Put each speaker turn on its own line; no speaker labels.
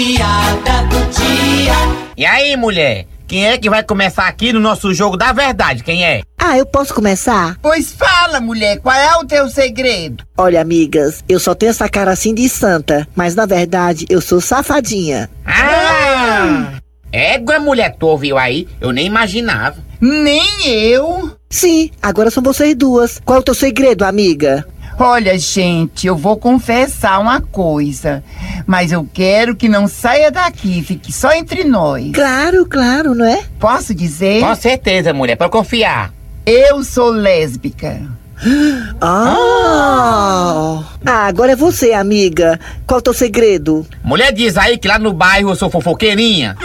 piada do dia.
E aí, mulher? Quem é que vai começar aqui no nosso jogo da verdade? Quem é?
Ah, eu posso começar?
Pois fala, mulher, qual é o teu segredo?
Olha, amigas, eu só tenho essa cara assim de santa, mas na verdade eu sou safadinha.
Ah! Égua, mulher, tu ouviu aí? Eu nem imaginava.
Nem eu.
Sim, agora são vocês duas. Qual é o teu segredo, amiga?
Olha, gente, eu vou confessar uma coisa, mas eu quero que não saia daqui, fique só entre nós.
Claro, claro, não é?
Posso dizer?
Com certeza, mulher, pra confiar.
Eu sou lésbica.
Ah! Ah, agora é você, amiga. Qual é o teu segredo?
Mulher diz aí que lá no bairro eu sou fofoqueirinha.